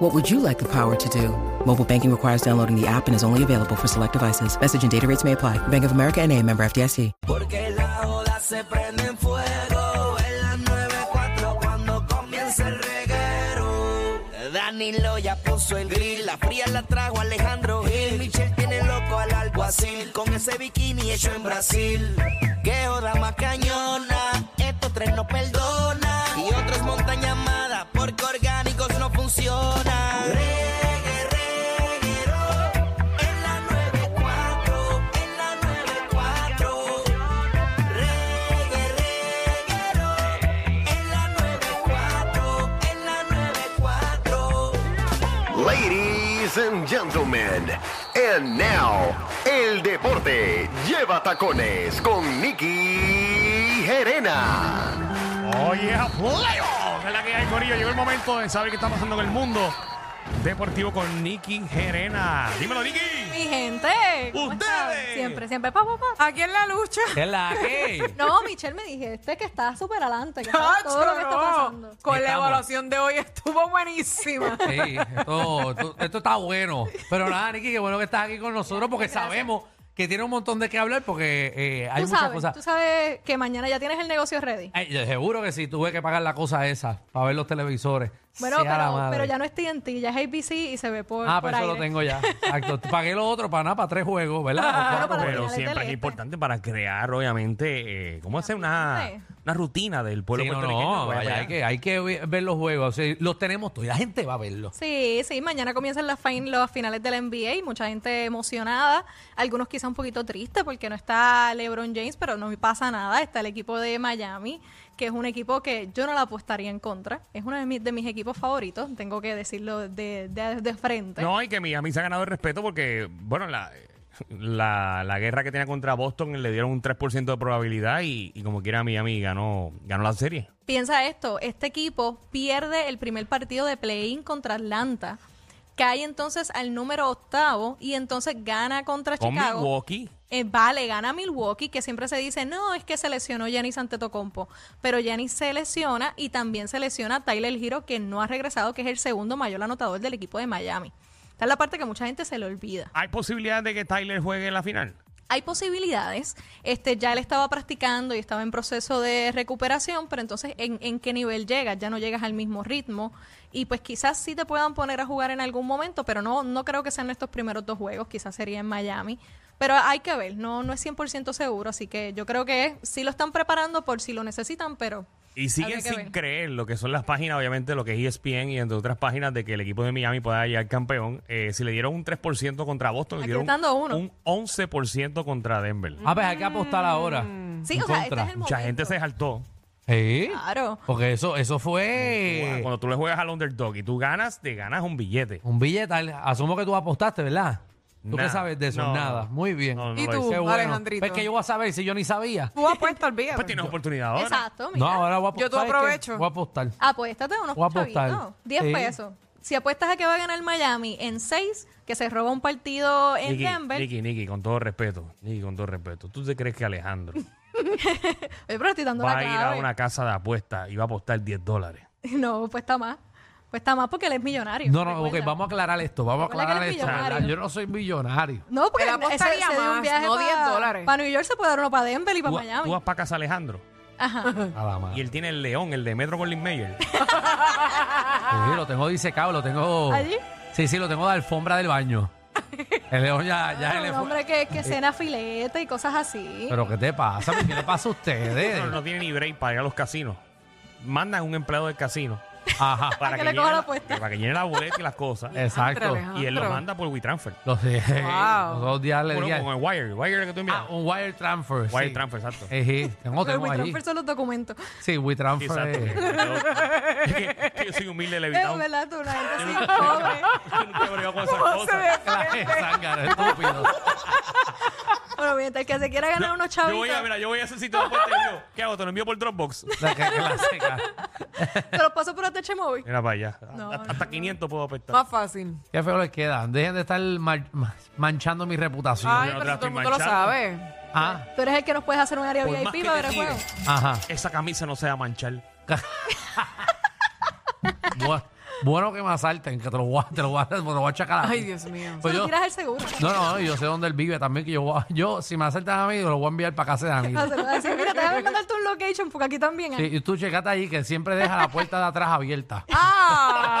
What would you like the power to do? Mobile banking requires downloading the app and is only available for select devices. Message and data rates may apply. Bank of America and a member FDIC. Porque la joda se prende en fuego. En las 94 cuando comienza el reguero. Danilo ya puso el grill. La fría la trajo Alejandro Gil. Michel tiene loco al alguacil. Con ese bikini hecho en Brasil. Qué joda más cañona. Estos tres no perdonan. Y otros montan llamadas porque orgánicos no funcionan. Reggae, reguero. En la 94. En la 94. Reggae, reguero, en la 94, en la 94. Ladies and gentlemen, and now, el deporte lleva tacones con Nicky Gerena. Oye, a playoff. Es la que hay, Corillo. Llegó el momento de saber qué está pasando con el mundo deportivo con Nicky Gerena. Dímelo, Nicky. Mi gente. ¿cómo están? Ustedes. Siempre, siempre. Pa, pa, pa. Aquí en la lucha. ¿Qué es la que? No, Michelle me dijiste que está súper adelante. Que sabe todo lo que está no. pasando. Con la Estamos. evaluación de hoy estuvo buenísima. Sí, esto, esto- esto está bueno. Pero nada, Niki, qué bueno que estás aquí con nosotros porque sabemos que tiene un montón de qué hablar porque eh, hay tú muchas sabes, tú cosas. sabes que mañana ya tienes el negocio ready. Ay, yo seguro que sí, tuve que pagar la cosa esa para ver los televisores. Bueno, Sea la pero, madre. pero ya no es TNT, ya es ABC y se ve por. Ah, por pero eso lo aire. tengo ya. Exacto. Pagué lo otro para nada, para tres juegos, ¿verdad? claro, para Pero los siempre del es este. importante para crear, obviamente, eh, ¿cómo hacer una, Ambiente. una rutina del pueblo Sí, no, puertorriqueño? no, Vaya vaya, para hay allá. que, hay que vi- ver los juegos. O sea, los tenemos todos y la gente va a verlos. Sí, sí, mañana comienzan las, fin- las finales del NBA, mucha gente emocionada, algunos quizá un poquito triste porque no está LeBron James, pero no me pasa nada, está el equipo de Miami, que es un equipo que yo no la apostaría en contra, es uno de mis, de mis equipos favoritos, tengo que decirlo de, de- de frente. No, y que Miami se ha ganado el respeto porque, bueno, la, la, la guerra que tenía contra Boston le dieron un 3% de probabilidad y, y como quiera Miami ganó, ganó la serie. Piensa esto, este equipo pierde el primer partido de play-in contra Atlanta, cae entonces al número octavo y entonces gana contra Con Chicago. Milwaukee. Eh, vale, gana Milwaukee, que siempre se dice, no, es que se lesionó Giannis Antetokounmpo. Pero Giannis se lesiona y también se lesiona Tyler Hero, que no ha regresado, que es el segundo mayor anotador del equipo de Miami. Esta es la parte que mucha gente se le olvida. ¿Hay posibilidad de que Tyler juegue en la final? Hay posibilidades. Este, ya él estaba practicando y estaba en proceso de recuperación, pero entonces, ¿en, en qué nivel llegas? Ya no llegas al mismo ritmo. Y pues quizás sí te puedan poner a jugar en algún momento, pero no, no creo que sean estos primeros dos juegos, quizás sería en Miami. Pero hay que ver, no, no es 100% seguro, así que yo creo que sí lo están preparando por si lo necesitan, pero Y siguen que sin ver. creer lo que son las páginas, obviamente, lo que es E ESPN y entre otras páginas de que el equipo de Miami pueda llegar campeón. Eh, si le dieron un 3% contra Boston, le Aquí dieron estando uno. un 11% contra Denver. Ah, pues hay que apostar ahora. sí, En o sea, este contra. es el momento. Mucha gente se saltó. Sí. Claro. Porque eso, eso fue. Cuando tú le juegas al underdog y tú ganas, te ganas un billete. Un billete, al- asumo que tú apostaste, ¿verdad? ¿Tú Nada. qué sabes de eso? No. Nada. Muy bien. No, no ¿Y lo tú? hice. Qué bueno. Alejandrito. Es que yo voy a saber si yo ni sabía. Tú apuestas, olvídate. Pues tienes oportunidad ahora. Exacto, mira. No, ahora voy a apostar. Yo tú ¿sabes qué? aprovecho. Voy a apostar. Apuéstate unos Voy a apostar. chavitos. 10 Sí. pesos. Si apuestas a que va a ganar Miami en 6, que se roba un partido en Nicky, Denver. Nicky, Nicky, con todo respeto. Nicky, con todo respeto. ¿Tú te crees que Alejandro Oye, pero estoy dando va la a ir a clave. una casa de apuestas y va a apostar 10 dólares? No, cuesta más. Cuesta más porque él es millonario. No, no, ok, recuerda. vamos a aclarar esto. Vamos a Recuerda que aclarar eres esto. millonario. Yo no soy millonario. No, porque Él apostaría ese- se dio un más, viaje no pa- 10 dólares. Para New York se puede dar uno para Denver y para Tú, va- tú Miami. vas para casa Alejandro Ajá. Nada más. y él tiene el león, el de Metro Golden Mayer. Sí, lo tengo disecado, lo tengo. ¿Allí? Sí, sí, lo tengo de alfombra del baño. El león ya, ya se un le fue. Ah, hombre que, Eh. que cena filete y cosas así. Pero ¿qué te pasa? ¿Qué le pasa a ustedes? no, no tiene ni break para ir a los casinos. Mandan un empleado del casino Ajá. Para que le coja llene la apuesta. Para que llene la boleta y las cosas. Exacto. Alejandro. y él los manda por WeTransfer. Los, los dos días le Bueno, di a- con el Wire. Wire que tú envías. Ah, un wire transfer. Wire sí. transfer, exacto. Ejí, tengo, Pero tengo el allí. transfer son los documentos. Sí, wire Sí, transfer. exacto. eh. Es que- es que yo soy humilde, Es levitado. verdad, tú, una gente Yo así, nunca- pobre. yo nunca he bregado con esas ¿Cómo se cosas. defiende? Zángano, estúpido. Bueno, mientras que se quiera ganar unos Yo chavitos, voy a, mira, yo voy a ese sitio de apuesta y digo, ¿Qué hago? Te lo envío por Dropbox. La que clásica. te los paso por ATH móvil. Mira para allá. No, hasta, hasta no. 500 puedo apretar. Más fácil. Qué feo les queda. Dejen de estar mar- ma- manchando mi reputación. Ay, yo no te la pero estoy todo el mundo lo manchando. sabe. Ah, Tú eres el que nos puedes hacer un área Por más VIP que para te ver el tire, juego. ajá. Esa camisa no se va a manchar. Bu- bueno que me asalten, que te lo voy a, te lo voy a, te lo voy a achacar a ti. Ay, Dios mío. Pues Tú yo- tiras el seguro. no, no, no, yo sé dónde él vive también. que yo, voy a- yo si me asaltan a mí, lo voy a enviar para casa de Ah, Danilo. se lo voy a decir, mira, déjame mandarte un location porque aquí también Sí, hay. y tú checate ahí que siempre deja la puerta de atrás abierta. Ah, Y que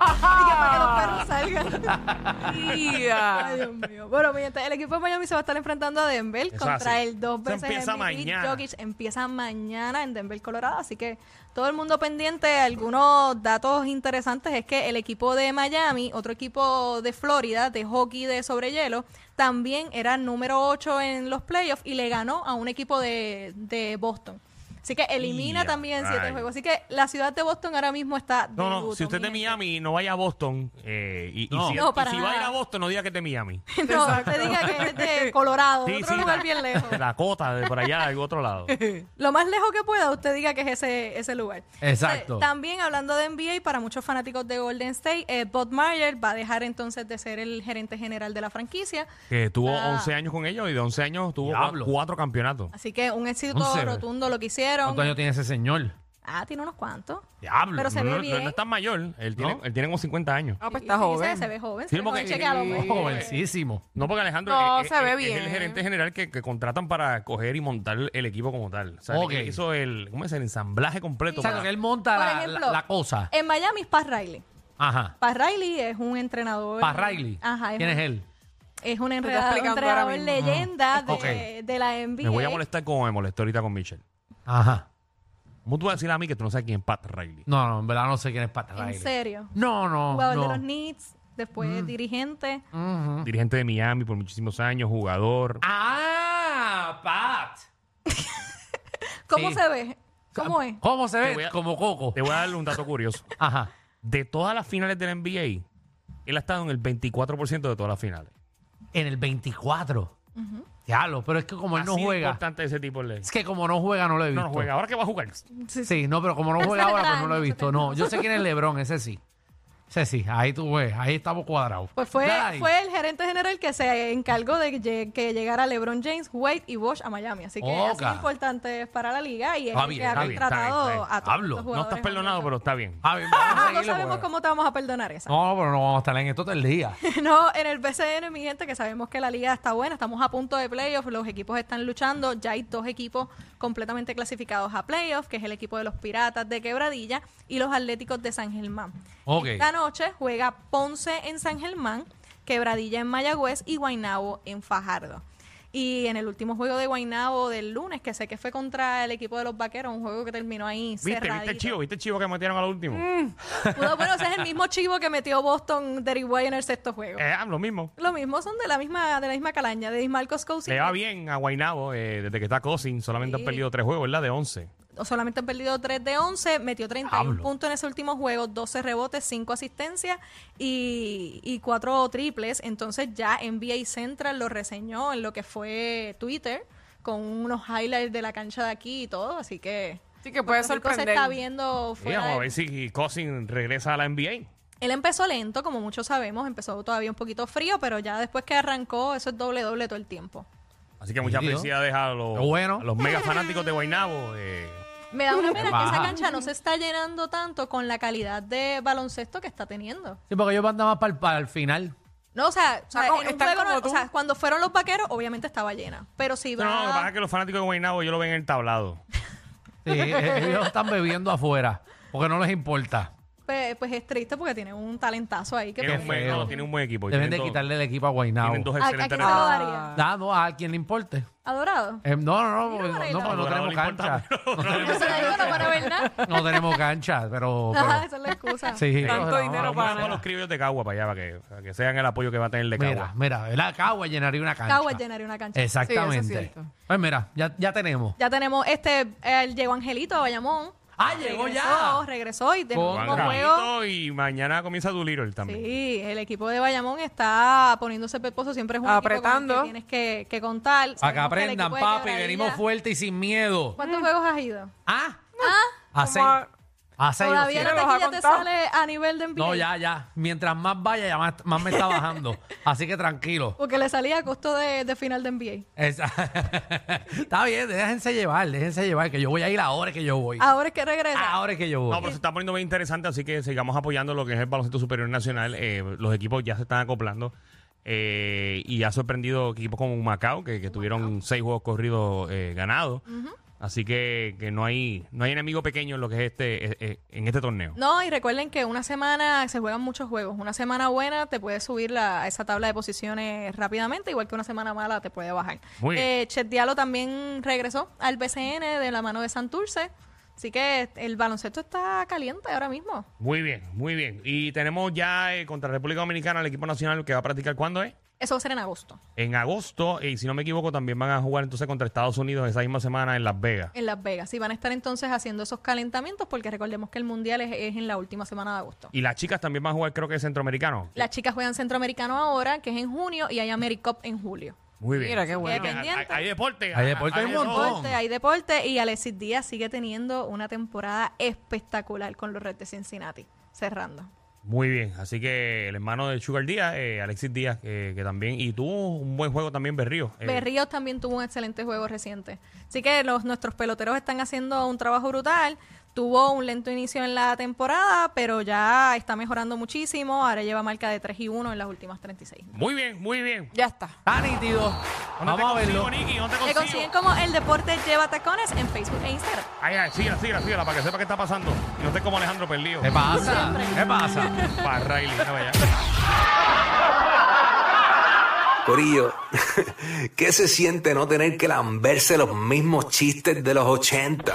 ¡Ah! para que los perros salgan. Ay, ¡Tía! Dios mío. Bueno, mientras el equipo de Miami se va a estar enfrentando a Denver Eso contra así. el dos Eso veces empieza MVP mañana. Jokic. Empieza mañana en Denver, Colorado. Así que todo el mundo pendiente. Algunos datos interesantes es que el equipo de Miami, otro equipo de Florida, de hockey de sobre hielo, también era número 8 en los playoffs y le ganó a un equipo de, de Boston. Así que elimina Ya, también siete rayos. juegos. Así que la ciudad de Boston ahora mismo está. de No, no, luto, si usted es de mi gente. Miami, no vaya a Boston. eh, y, y No. si, No, y para si va a ir nada. a Boston, no diga que es de Miami. No, te diga que es de Colorado, de otro lugar da- bien lejos. de Dakota, de por allá, de otro lado. Lo más lejos que pueda, usted diga que es ese, ese lugar. Exacto. Eh, también hablando de NBA, para muchos fanáticos de Golden State, eh, Bob Meyer va a dejar entonces de ser el gerente general de la franquicia. Que tuvo Ah. 11 años con ellos y de 11 años tuvo Diablo. cuatro campeonatos. Así que un éxito Once. rotundo lo que hicieron. ¿Cuántos años tiene ese señor? Ah, tiene unos cuantos. Diablo. Pero se no, ve no- no bien. Oh. es tan mayor, él tiene, él tiene como 50 años. Ah, pues Sí, está sí, joven. Se, se ve joven. Sí, se ve porque- joven, chequéalo, pues. Jovencísimo. No, porque Alejandro No, es, se es- ve es bien. el gerente general que, que contratan para coger y montar el equipo como tal. O sea, Ok. él hizo el, ¿cómo es? el ensamblaje completo. O sea, para- que él monta Por la, ejemplo, la- la cosa. En Miami es Pat Riley. Ajá. Pat Riley es un entrenador. Para Riley. Ajá. ¿Quién un- es él? Es un está entrenador, un explicando entrenador ahora mismo. leyenda de, Ok. de la NBA. me voy a molestar como me molesté ahorita con Michelle. Ajá. ¿Cómo tú vas a decir a mí que tú no sabes quién es Pat Riley? No, no, en verdad no sé quién es Pat Riley. En serio. No, no. Jugador no. Mm. de los Knicks, después dirigente. Ujú. Dirigente de Miami por muchísimos años, jugador. Ah, Pat. ¿Cómo Sí. se ve? ¿Cómo es? Ah, ¿Cómo se Te voy ve? a- Como Coco. Te voy a dar un dato curioso. Ajá. De todas las finales del NBA, él ha estado en el 24% de todas las finales. En el 24. Diablo, pero es que como él no Así de juega. importante ese tipo de ley. Es que como no juega, no lo he visto. No, no juega. Ahora que va a jugar. Sí, no, pero como no Él juega se ahora, pues retrae, no lo he no se visto. retrae. No, yo sé quién es Lebron, ese sí. Ese sí, ahí tú ves, ahí estamos cuadrados. Pues fue, Dale ahí. fue el gerente general que se encargó de que, lle- que llegara LeBron James, Wade y Bosch a Miami. Así que Oca. así de importante es para la liga y es Oh, Está el que bien, ha está bien, está bien, contratado está bien. a todos Hablo, los no No jugadores. estás perdonado, pero está bien. Ah, bien, vamos a Ah, no seguirle, sabemos porque- cómo te vamos a perdonar esa. No, pero no vamos a estar en esto todo el día. No, en el BCN, mi gente, que sabemos que la liga está buena, estamos a punto de playoff, los equipos están luchando, ya hay dos equipos completamente clasificados a playoff, que es el equipo de los Piratas de Quebradilla y los Atléticos de San Germán. Ok. Esta noche juega Ponce en San Germán, Quebradilla en Mayagüez y Guaynabo en Fajardo. Y en el último juego de Guaynabo del lunes, que sé que fue contra el equipo de los Vaqueros, un juego que terminó ahí ¿Viste? ¿Viste el cerradito. Mm. chivo? ¿Viste el chivo que metieron al último? Pudo- bueno, ese es el mismo chivo que metió Boston Derry White en el sexto juego. Eh, ah, lo mismo. Lo mismo, son de la misma, de la misma calaña, de Marcos Cousins. Le va bien a Guainabo desde que está Cosin. Solamente Sí. han perdido tres juegos, ¿verdad? De 11. O solamente han perdido 3 de 11, metió 31 Diablo. puntos en ese último juego, 12 rebotes, 5 asistencias y, y 4 triples. Entonces ya NBA Central lo reseñó en lo que fue Twitter con unos highlights de la cancha de aquí y todo, así que... Así que puede Puerto Rico se está sorprender. viendo Sí, Eh, vamos fuera a de- ver si Cosin regresa a la NBA. Él empezó lento, como muchos sabemos, empezó todavía un poquito frío, pero ya después que arrancó, eso es doble doble todo el tiempo. Así que muchas Nítido. felicidades a los, Qué bueno. a los mega fanáticos de eh, Guainabo. Me da una pena que Baja. esa cancha no se está llenando tanto con la calidad de baloncesto que está teniendo. Sí, porque yo andaba para el, para el final. No, o sea, o sea, como- en un Ah, oh, están juego como no- o tú. sea, cuando fueron los vaqueros, obviamente estaba llena. Pero si No, va. no, lo que pasa es que los fanáticos de Guainabo yo lo ven en el tablado. e-, Sí, eh, ellos están bebiendo afuera, porque no les importa. Pues, pues es triste porque tiene un talentazo ahí que Tiene un, pues, buen, feo. no, tiene un buen equipo. y Deben de tienen dos- quitarle el equipo a Guaynabo. Tienen dos ¿A, a quién excelentes se lo receptores. daría? Nada, no, a quien le importe. ¿Adorado? Eh, no, no, Mira, no, porque no, Moreno. no, porque no Dorado tenemos le importa, cancha. No Yo tenemos, se lo digo, no van a ver Ah, nada. no tenemos cancha, pero. pero- Ajá, esa es la excusa. sí, Tanto no, no, dinero no, Vamos para a los criollos de Cagua para allá, para que, para que sean el apoyo que va a tener el de Cagua. Mira, mira, ¿verdad? Cagua llenaría una cancha. Cagua llenaría una cancha. Sí, eso es Exactamente. cierto. pues mira, ya, ya tenemos. Ya tenemos este, eh, llegó Angelito a Bayamón. ¡Ah, llegó Regresó, ya! Regresó y tenemos Con Juan un juego. Gaito y mañana comienza Doolittle también. Sí, el equipo de Bayamón está poniéndose peposo, siempre es un Apretando. equipo con el que tienes que, que contar. Para que Sabemos el aprendan, equipo de papi, Quebradilla- venimos fuerte y sin miedo. ¿Cuántos juegos has ido? ¿Ah? Ah, A seis. a- A seis. todavía o la siete. los ha taquilla te contado. sale a nivel de NBA. No, ya, ya. Mientras más vaya, ya más, más me está bajando. Así que tranquilo. Porque le salía a costo de, de final de NBA. Esa- está bien, déjense llevar, déjense llevar, que yo voy a ir ahora que yo voy. Ahora es que regresa. Ahora es que yo voy. No, pero se está poniendo bien interesante, así que sigamos apoyando lo que es el baloncesto superior nacional. Eh, los equipos ya se están acoplando eh, y ha sorprendido equipos como Macao, que, que tuvieron seis juegos corridos eh, ganados. Así que, que no hay no hay enemigo pequeño en lo que es este eh, eh, en este torneo. No, y recuerden que una semana se juegan muchos juegos. Una semana buena te puede subir la, a esa tabla de posiciones rápidamente, igual que una semana mala te puede bajar. Muy bien. Eh, Chet Diallo también regresó al BCN de la mano de Santurce. Así que el baloncesto está caliente ahora mismo. Muy bien, muy bien. Y tenemos ya eh, contra República Dominicana el equipo nacional que va a practicar ¿cuándo es? Eso va a ser en agosto, En agosto, eh, y si no me equivoco, también van a jugar entonces contra Estados Unidos esa misma semana en Las Vegas. en Las Vegas. Y van a estar entonces haciendo esos calentamientos porque recordemos que el mundial es, es en la última semana de agosto. Y las chicas también van a jugar, creo que centroamericano. Las chicas juegan centroamericano ahora, que es en junio, y hay AmeriCup en julio. Muy bien. Mira, qué bueno. Qué Hay, hay- hay deporte. Hay deporte, hay un de todo. montón. deporte, hay deporte y Alexis Díaz sigue teniendo una temporada espectacular con los Reds de Cincinnati, cerrando. Muy bien. Así que el hermano de Sugar Díaz, eh, Alexis Díaz, eh, que también. Y tuvo un buen juego también, Berrío. Eh, Berríos también tuvo un excelente juego reciente. Así que los, nuestros peloteros están haciendo un trabajo brutal. Tuvo un lento inicio en la temporada, pero ya está mejorando muchísimo. Ahora lleva marca de 3 y 1 en las últimas 36. Muy bien, muy bien. Ya está. Está nítido. ¿Dónde Vamos te a consigo, verlo. Nicky? ¿Dónde te Me consigo? consiguen como El Deporte Lleva Tacones en Facebook e Instagram. Ay, ay, síguela, síguela, síguela, para que sepa qué está pasando. Y no esté como Alejandro Perlío. ¿Qué pasa? ¿Qué pasa? Para Riley, mira para allá. Corillo, ¿qué se siente no tener que lamberse los mismos chistes de los 80?